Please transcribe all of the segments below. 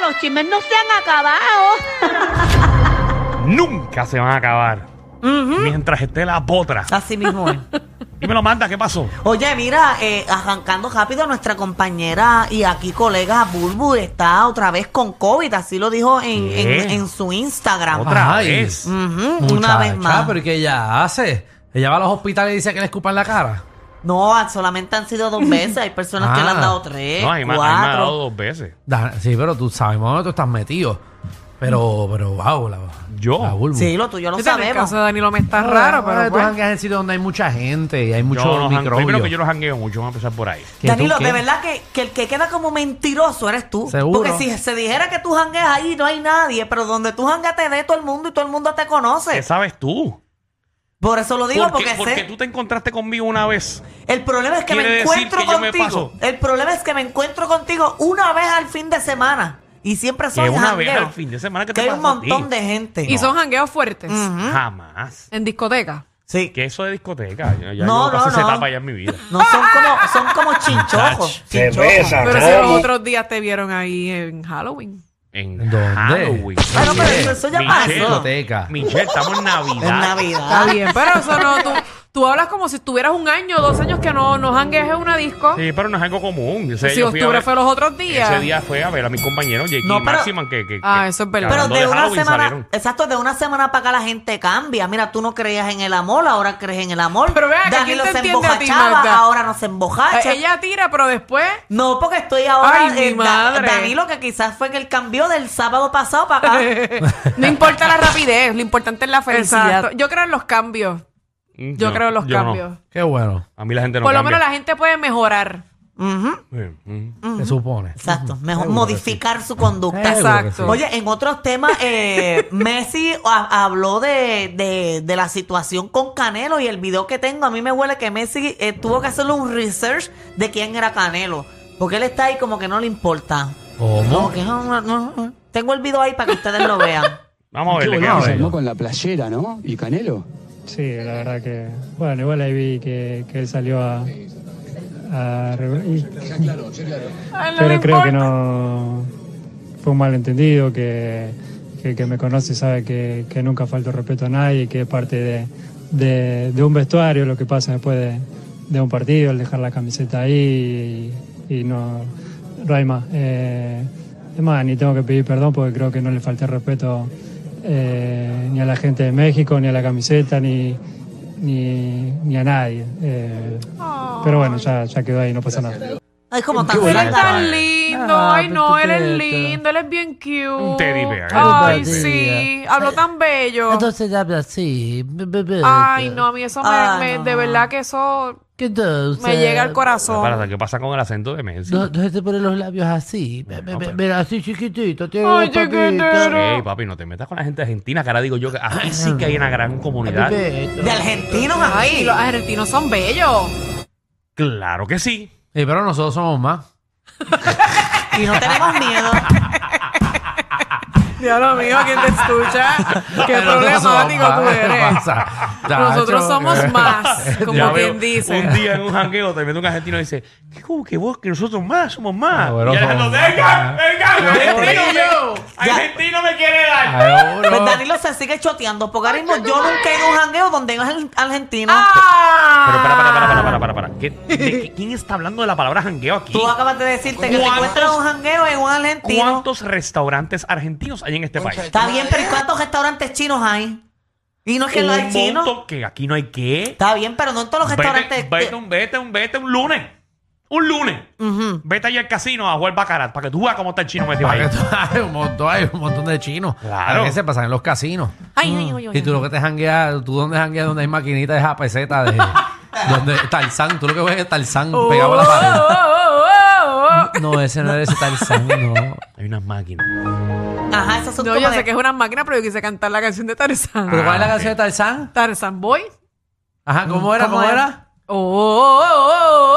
Los chismes no se han acabado. nunca se van a acabar. Mientras esté la potra. Así mismo es. Y me lo manda, ¿qué pasó? Oye, mira, eh, arrancando rápido, nuestra compañera y aquí colega Bulbu está otra vez con COVID, así lo dijo en, ¿Qué? en- en su Instagram. Otra Ay. vez. Ujú, una vez más. Ah, pero ¿y qué ella hace? Ella va a los hospitales y dice que le escupan la cara. No, solamente han sido dos veces. Hay personas que le han Ah. dado tres, No, ahí me, ahí me ha dado Eh, cuatro. dos veces. Da- sí, pero tú sabes, mamá, tú estás metido. Pero, pero, wow, la, Yo. la vulva. Sí, lo tuyo lo Sí, pero En el sabemos. caso de Danilo me está Ah, raro, ah, pero tú pues, jangueas en sitio donde hay mucha gente y hay Yo muchos no jan- microbios. primero que yo no jangueo mucho, vamos a empezar por ahí. ¿Que tú Danilo, qué? de verdad que, que el que queda como mentiroso eres tú. Seguro. Porque si se dijera que tú jangueas ahí, no hay nadie. Pero donde tú jangueas te ve todo el mundo y todo el mundo te conoce. ¿Qué sabes tú? Por eso lo Pues, digo, ¿Por qué- porque, porque sé. tú te encontraste conmigo una vez. El problema es que Quiere me decir encuentro que yo me contigo. paso. El problema es que me encuentro contigo una vez al fin de semana. Y siempre Que soy una vez jangueo. al fin de semana que Que te hay un pasó a ti. montón de gente. y son jangueos fuertes Mm. Ujú. Jamás. en discoteca. Sí. Que eso de discoteca. Ya, ya No, yo pasé no, esa no. etapa ya en mi vida. No, son como, son como chinchojos. Chinchojos. Pero si los otros días te vieron ahí en Halloween. En ¿Dónde? Halloween. Ah, no, pero eso- eso ya Michelle, pasó. Discoteca. Michelle, estamos en Navidad. En Navidad. Está bien, pero eso no. Tú, tú hablas como si tuvieras un año o dos años que no, no janguees en una disco. Sí, pero no es algo común. Yo sé, si yo fui a octubre ver- fue los otros días. Ese día fue a ver a mis compañeros, Jake No, y pero- Maximan, que, que- Ah, que- eso es verdad. que Pero hablando de una Halloween semana, salieron. exacto, de una semana para acá la gente cambia. Mira, tú no creías en el amor, ahora crees en el amor. Pero vea, que Danilo ¿quién te se entiende a ti, embojachaba, Magda? ahora no se embojacha. Eh, Ella tira, pero después. No, porque estoy ahora. Ay, mi Da- madre. Danilo, que quizás fue que él cambió del sábado pasado para acá. No importa la rapidez, lo importante es la felicidad. Exacto. Yo creo en los cambios. Yo creo en los yo no. cambios. Qué bueno, A mí la gente no Por lo cambia. menos la gente puede mejorar. Ujú, Sí, mm. se supone. Exacto, mejor Seguro que modificar su conducta. Seguro que Exacto. sí. Oye, en otros temas, eh, Messi ha- habló de, de- de la situación con Canelo y el video que tengo, a mí me huele que Messi eh, tuvo que hacerle un research de quién era Canelo, porque él está ahí como que no le importa. Como ¿Cómo? que, no, no, no, no. Tengo el video ahí para que ustedes lo vean. Vamos a Qué verle qué bueno, hace. eh. Firmó con la playera, ¿no? ¿Y Canelo? Sí, la verdad que. Bueno, igual ahí vi que, que él salió a. a re- y- Ay, no le pero creo que importa. no. Fue un malentendido, que, que el que me conoce sabe que, que nunca falto respeto a nadie, que es parte de, de- de un vestuario lo que pasa después de, de un partido, el dejar la camiseta ahí y, y no. No hay más. Eh, es más, ni tengo que pedir perdón porque creo que no le falté respeto eh, ni a la gente de México, ni a la camiseta, ni, ni, ni a nadie. Eh, pero bueno, ya, ya quedó ahí, no pasa nada. Ay, como tan Él es cerca. tan lindo. Ah, Ay, no, él es perfecto. lindo. Él es bien cute. Un teddy bear. Ay, Un teddy sí. Habló tan bello. Entonces habla así. Ay, no, a mí eso me, Ah, me- no. de verdad que eso me llega al corazón. Espérate, ¿Qué pasa con el acento de Messi? se te ponen los labios así. Bueno, pero- Mira, así chiquitito. Ay, chiquitero. Ey, papi, no te metas con la gente argentina, que ahora digo yo que aquí sí que hay una gran comunidad. De argentinos Ay, aquí. los argentinos son bellos. Claro que sí. Sí, pero nosotros somos más. Y no tenemos miedo. Dios mío, ¿quién te escucha? Qué Nosotros somos problemático más. tú ¿Qué eres. pasa? Nosotros Tacho, somos que- más, Ya como veo, quien dice. Un día en un jangueo te mete un argentino y dice, ¿qué como que vos, que nosotros más somos más? Ah, bueno, y Alejandro, somos- venga, venga, Yo- argentino, Yo- me, argentino me quiere dar. Ay, bro. Pues Danilo se sigue choteando. Porque ahora mismo yo nunca he ido a un jangueo donde no es argentino. Pero para, para, para, Ah. para, para, para, para. ¿Qué- de- ¿Quién está hablando de la palabra jangueo aquí? Tú acabas de decirte que te ¿Cuántos- encuentras un jangueo en un argentino. ¿Cuántos restaurantes argentinos hay hay en este país. Está bien, pero ¿y cuántos restaurantes chinos hay? Y no es que no hay un chinos. montón que aquí no hay qué. Está bien, pero no en todos los Vete, restaurantes. vete un vete, un vete, un lunes. Un lunes. Ujú. Vete allá al casino a jugar bacarat para que tú veas cómo está el chino este metido ahí. Para que tú- hay un montón, hay un montón de chinos. Claro. ¿A qué se pasan en los casinos? Ay, ay, ay, ay, Y tú ay. lo que te jangueas, tú donde jangueas, donde hay maquinitas es a peseta de... donde Tarzán, tú lo que ves es Tarzán Oh. pegado a la pared. No, ese no era ese Tarzán, no. Hay unas máquinas. Ajá, esos son No, como yo de- sé que es una máquina, pero yo quise cantar la canción de Tarzán. ¿Pero cuál es la canción de Tarzán? Tarzán Boy. Ajá, ¿cómo era? ¿Cómo ¿Cómo era? era? Oh, oh, oh, oh,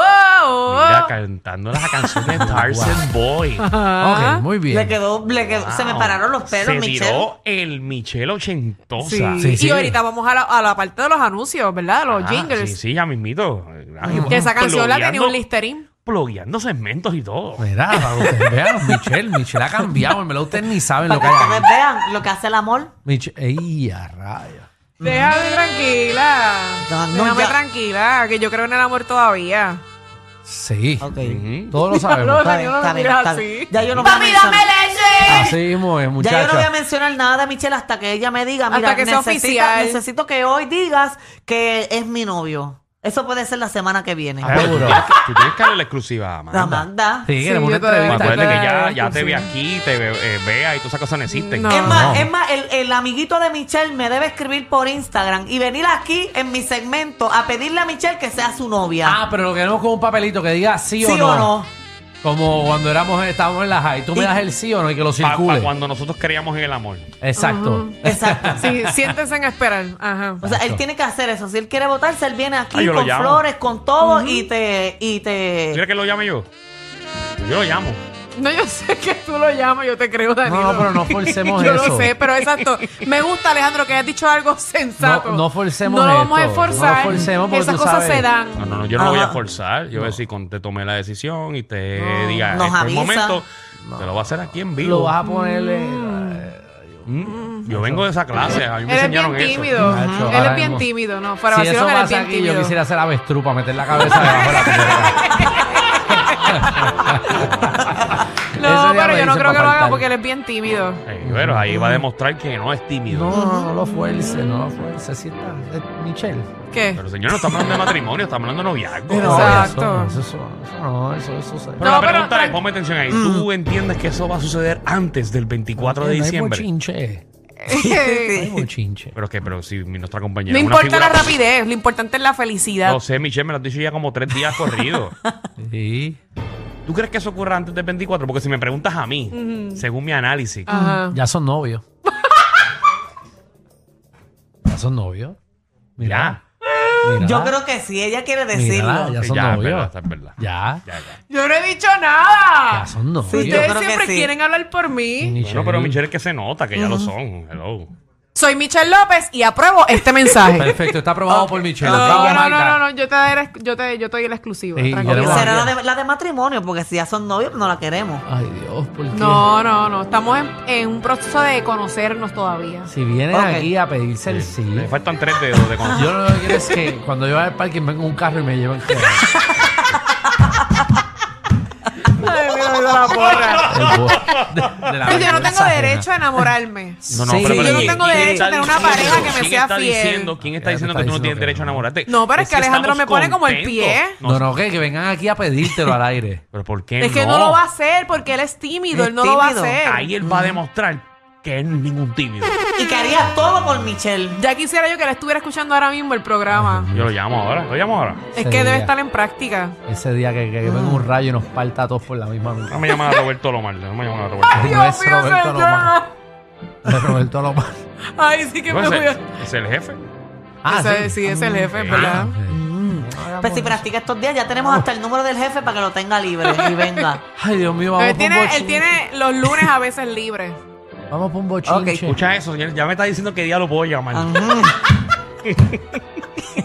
oh, Mira, oh. cantando la canción de Tarzan Boy. Ah, Ok, muy bien. Le quedó, le quedó- se me Wow. pararon los pelos, Se Michelle. tiró el Michelle ochentosa. Sí. Sí, sí. Y ahorita vamos a la, a la parte de los anuncios, ¿verdad? Los Ah, jingles. Sí, sí, ya mismito. Ay, Que esa canción la tenía plogueando- un listerín. Plogueando segmentos y todo. Mira, para que ustedes vean, Michelle, Michelle ha cambiado, en verdad ustedes ni saben lo Para que que hay ahí. ustedes vean lo que hace el amor. Michelle, ¡ey, a rayos! Déjame tranquila. No, no, Déjame ya. tranquila, que yo creo en el amor todavía. Sí, Ok. Ujú. todos lo sabemos. Está bien, está bien, está bien. Ya yo no voy a mencionar. leche! Así mismo es, Ya yo no voy a muchachos. mencionar nada de Michelle hasta que ella me diga, Hasta mira, que sea necesita- oficial. necesito que hoy digas que es mi novio. Eso puede ser la semana que viene. Ay, tú Seguro. tienes que- Tú tienes que darle la exclusiva, La Amanda. Amanda. Sí, Sí, queremos yo una todavía entrevista. Acuérdate que ya, Está ya te ve exclusiva. aquí, te ve, eh, vea y todas esas cosas no existen. No. Es más, Ah, no. es más el, el amiguito de Michelle me debe escribir por Instagram y venir aquí en mi segmento a pedirle a Michelle que sea su novia. Ah, pero lo queremos con un papelito que diga sí o, ¿Sí no. o no? Como cuando éramos, estábamos en la high. Tú me Y- das el sí o no y que lo Para circule. cuando nosotros creíamos en el amor. Exacto. Exacto. Sí, siéntense en esperar. Ajá. O sea, él tiene que hacer eso. Si él quiere votarse, él viene aquí Ah, yo lo con llamo. flores, con todo y te. Y ¿Tú te... quieres que lo llame yo? Pues Yo lo llamo. No, yo sé que tú lo llamas, yo te creo, Danilo. No, no, pero no forcemos yo eso. lo sé, pero exacto. Me gusta, Alejandro, que hayas dicho algo sensato. No- no forcemos No lo vamos esto. a esforzar. No lo forcemos porque Esas tú cosas sabes. se dan. No, no, no, yo no lo voy a Ajá. forzar. Yo voy a decir, con- te tomé la decisión y te diga, Nos este es el avisa. momento. Te lo voy a hacer aquí en vivo. Lo vas a ponerle. eh, Mm, Yo vengo de esa clase, a mí me Él es enseñaron bien eso. tímido. Nacho, Él ahora es bien mismo. tímido, no. Para si eso vacilón, él es pasa bien aquí, tímido. yo quisiera hacer avestruz para meter la cabeza debajo de la tierra. No, pero yo no creo que lo haga porque él le. es bien tímido. Eh, pero ahí va a demostrar que no es tímido. No, no, no lo fuerce, no lo fuerce. Si está. eh, Michelle. ¿Qué? Pero señor, no estamos hablando de matrimonio, estamos hablando de noviazgo. Pero- O sea, Exacto. Eso, eso, eso no, eso, eso. eso pero la No, pero Mm. pregunta es, tran- ponme atención ahí. ¿Tú entiendes que eso va a suceder antes del 24 de Eh, No hay diciembre? bochinche. eh. No hay bochinche. Pero es que, pero si nuestra compañera. No es una importa la figura- rapidez, lo importante es la felicidad. No sé, Michelle, me lo has dicho ya como tres días corrido. Sí. ¿Tú crees que eso ocurra antes del 24? Porque si me preguntas a mí, según mi análisis, Ajá. Ya son novios. ya son novios. Mira. Mira. Yo creo que sí, ella quiere Mira, decirlo. ya que son ya, es novios. verdad, está, es verdad. Ya. ya, ya. Yo no he dicho nada. Ya son novios. Sí, yo- Ustedes creo que siempre sí. quieren hablar por mí. Michelle. Bueno, pero Michelle, que se nota que ya lo son. Hello. Soy Michelle López y apruebo este mensaje. Perfecto, está aprobado por Michelle. No, Bravo, no, no, no, Magda. no, no, yo te, daré exc- yo te, yo te doy la exclusiva. Sí, tranquila. ya le voy a- Será la de, la de matrimonio, porque si ya son novios, no la queremos. Ay, Dios, ¿por qué? No, no, no. Estamos en, en un proceso de conocernos todavía. Si vienen Ok. aquí a pedirse el sí. Le faltan tres dedos de conocer. Yo lo que quiero es que cuando yo vaya al parking venga un carro y me lleven. Ay, mira, mira la porra. Pero yo no tengo derecho a enamorarme. No, no, Sí. pero, pero Yo no ¿quién- tengo quién derecho a está tener una diciendo- pareja que me quién sea está fiel? Diciendo, ¿Quién está Ella te diciendo está que tú no diciendo tienes que derecho a no. enamorarte? No, pero es que Alejandro estamos me pone como el contentos. pie. No, No, no, que, que vengan aquí a pedírtelo al aire. Pero ¿por qué Es que no lo va a hacer porque él es tímido, Es él no lo va a tímido. hacer. Ahí él va a demostrar que él no es ningún tímido. Y que haría todo por Michelle. Ya quisiera yo que él estuviera escuchando ahora mismo el programa. Yo lo llamo ahora, lo llamo ahora. Es Ese que día. debe estar en práctica. Ese día que, que venga un rayo y nos parta a todos por la misma mano. No me llaman a Roberto Lomar, no me llaman a Roberto. No es Roberto Lomar. Es Roberto Lomar. Ay, sí que me Pues voy es, a... es el jefe. Ese- sí, es el jefe, ok. ¿verdad? Ah, ok. Pues si practica estos días, ya tenemos hasta el número del jefe para que lo tenga libre y venga. Ay, Dios mío, vamos por Él un tiene, él bochinche. tiene los lunes a veces libres. Vamos por un bochinche. Escucha eso, señor. Ya me está diciendo que día lo puedo llamar. Ah,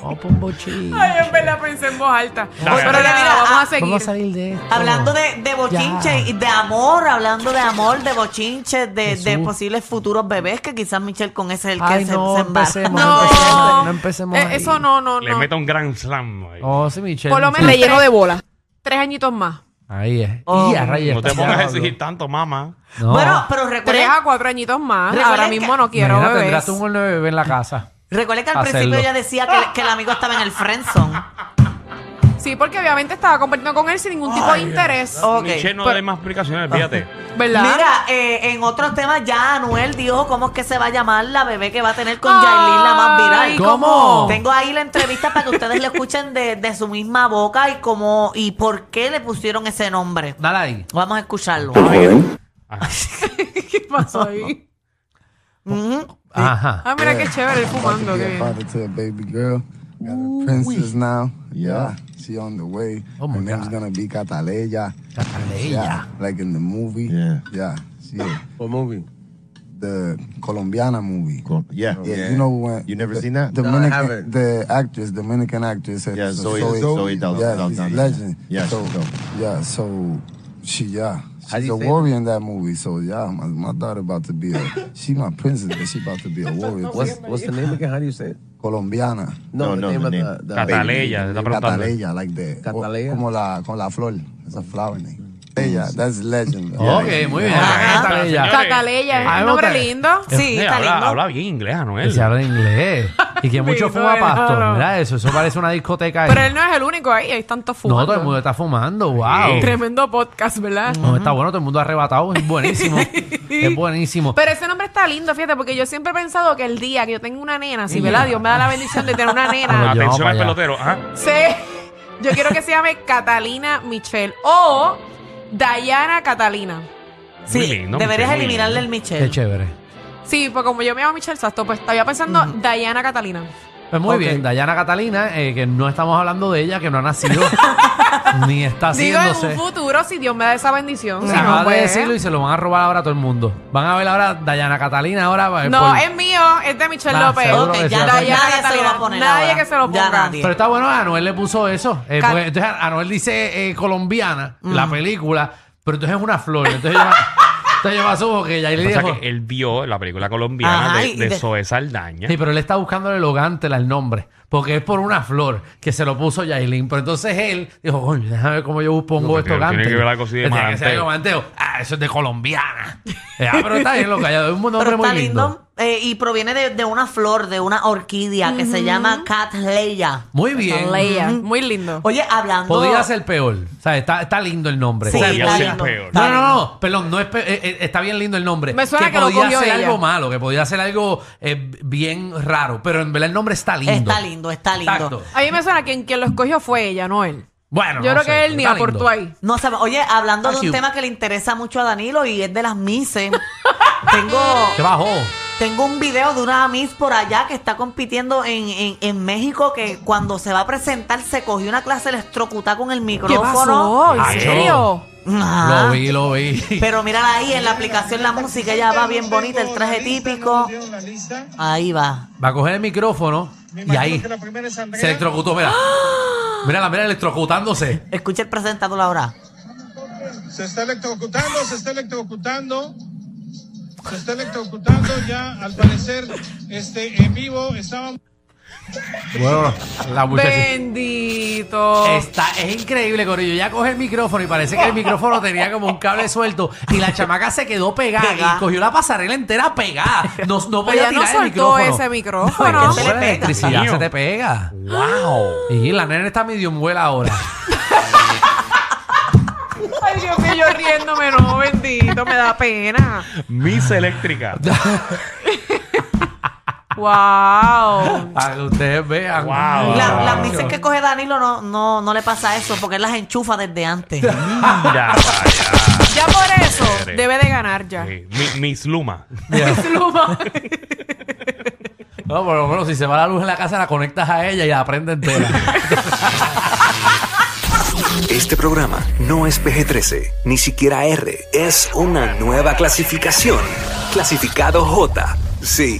Vamos por un bochinche. Ay, en verdad pensé en voz alta. Dale, pero dale. nada, Mira, vamos ah, a seguir. Vamos a salir de esto. Hablando de, de bochinche Ya. y de amor, hablando de amor, de bochinche, de, de Jesús. posibles futuros bebés, que quizás Michelle con ese es el que Ay, se, no, se embaraza. empecemos, No, empecemos, no empecemos. Eh, ahí. eso no, no, Le no. meta un gran slam. ahí. Oh, sí, Michelle. Por lo menos Michelle. lleno de bola. Tres añitos más. Ahí es. Oh. y a rayos. No te pongas a exigir tanto, mamá. No. Bueno, pero Tres recuerden, a cuatro añitos más. Recuerden Ahora que- mismo no quiero Imagina, bebés. tendrás tú un horno de bebé en la casa. recuerden que al hacerlo. principio ella decía que, que el amigo estaba en el friendzone. Sí, porque obviamente estaba compartiendo con él sin ningún tipo de interés. Ok. Michelle, no pero- dé más explicaciones, fíjate. ¿Verdad? Mira, eh, en otros temas ya Anuel dijo cómo es que se va a llamar la bebé que va a tener con Yailin, la más viral. Ay, ¿cómo? Tengo ahí la entrevista para que ustedes la escuchen de, de su misma boca y cómo y por qué le pusieron ese nombre. Dale ahí. Vamos a escucharlo. ¿Qué pasó ahí? Ajá. Ah, mira qué chévere el fumando. qué bien. to a baby girl. Got a princess now. Yeah, she on the way. Oh, my Her name's God. gonna be Cataleya. Cataleya. Yeah, like in the movie. Yeah. yeah, she What movie? the Colombiana movie. Cool. Yeah. yeah, you know when You never the- seen that? Dominican, I haven't. the actress, Dominican actress. uh, Yeah, Zoe- Zoe Dal- yeah, Dal- she's Dal- a legend. Yeah, so, she's dope. yeah, so she, yeah, How do she's you a say warrior in that movie. So yeah, my, my daughter about to be a, she my princess, but she about to be a warrior. What's, what's the name again? How do you say it? Colombiana. No, no, the name. Cataleya, está preguntando. Cataleya, like the Cataleya? como la con la flor, esa flower name. Ella, that's legend. Ok, muy bien. Ahí está ella. Señores, Cataleya, es Ahí un nombre boté. lindo. Eh, Sí, Mira, está habla, lindo. habla bien inglés, Que Anuel. se habla inglés. Y que mucho Bendito fuma el pasto. diablo. Mira eso, eso parece una discoteca. ahí. Pero él no es el único ahí, hay tantos fumando. No, todo el mundo está fumando. Wow. Tremendo podcast, ¿verdad? No, está bueno, todo el mundo arrebatado. Es buenísimo. es buenísimo. Pero ese nombre está lindo, fíjate, porque yo siempre he pensado que el día que yo tenga una nena, si ¿verdad? Dios me da la bendición de tener una nena, Ah, Nos llevamos Atención para al allá. pelotero. Ajá. sí, yo quiero que se llame Catalina Michelle o Diana Catalina. Sí, Muy lindo, deberías Michelle, muy eliminarle el lindo. Qué Michelle. chévere. Sí, pues como yo me llamo Michelle Sasto, pues estaba pensando Diana Catalina. Pues muy Ok. bien, Dayana Catalina, eh, que no estamos hablando de ella, que no ha nacido, ni está Digo, en haciéndose. un futuro, si Dios me da esa bendición. si Acaba no, de pues- decirlo y se lo van a robar ahora a todo el mundo. Van a ver ahora Dayana Catalina ahora. eh, No, por- es mío, es de Michelle Nah, López. seguro Ok, que sí. ya Dayana nadie se lo va Catalina. a poner. Nadie ahora. que se lo Ya ponga. nadie. Pero está bueno, Anuel le puso eso. Eh, Cal- porque entonces Anuel dice eh, colombiana, Mm. la película, pero entonces es una flor. Entonces lleva, entonces lleva su boca y ahí le O sea dijo. que él vio la película colombiana Ajá, de, y de de- Zoe Saldaña. Sí, pero él está buscando elegante el nombre, porque es por una flor que se lo puso Yailin. Pero entonces él dijo, coño, déjame ver cómo yo pongo Porque esto tiene- gante. tiene que ver algo así de Tenía que ser algo manteo. Ah, eso es de colombiana. Eh, ah, pero está bien loca, ya es un nombre Pero muy está lindo. lindo. eh, y proviene de, de una flor, de una orquídea que se llama Catleya. Muy bien. Leia, muy lindo. Oye, hablando. Podía ser peor. O sea, está, está lindo el nombre. Sí, O sea, Podía está ser lindo, peor. está No, no, lindo. no, perdón, no es pe- eh, eh, está bien lindo el nombre. Me suena que lo podía cogió ser ella. algo malo, que podía ser algo eh, bien raro, pero en verdad el nombre está lindo. Está lindo, está lindo. Exacto. A mí me suena que quien, quien lo escogió fue ella, no él. Bueno, Yo no creo que sé, él ni está lindo. aportó ahí. No sabe- Oye, hablando de Thank un you. tema que le interesa mucho a Danilo y es de las mises. tengo, ¿Qué bajó? tengo un video de una miss por allá que está compitiendo en, en- en México que cuando se va a presentar se cogió una clase electrocutada con el ¿Qué micrófono. Ah. pasó? ¿En Ay, serio? Ajá. Lo vi, lo vi. Pero mírala ahí en la aplicación la música, ella va bien bonita, el traje típico. Ahí va. Va a coger el micrófono y ahí se electrocutó, mira. ¡Ah! Mírala, mira electrocutándose. Escucha el presentador ahora. Se está electrocutando, se está electrocutando. Se está electrocutando ya, al parecer, este, en vivo estaban... Bueno, la muchacha. Bendito. Está, es increíble, Corillo. Ya coge el micrófono y parece que el micrófono tenía como un cable suelto. Y la chamaca se quedó pegada Pegada. y cogió la pasarela entera pegada. No, no podía Pero Pues ya no tirar el soltó micrófono. ese micrófono. No, se es le que la pega. electricidad Dios. se te pega. ¡Wow! Y la nena está medio muela ahora. Ay, Dios mío, yo riéndome, no, bendito, me da pena. Miss Eléctrica. Wow. Para que ustedes vean. Wow. La- Ah. las mises que coge Danilo no, no, no le pasa eso porque él las enchufa desde antes. Mira, vaya. Ya por eso Chévere. debe de ganar ya. Sí, mi- Miss Luma. Miss Luma. No, por lo menos si se va la luz en la casa, la conectas a ella y la prende entera. Este programa no es PG-13, ni siquiera R. Es una nueva clasificación. Clasificado J. Sí.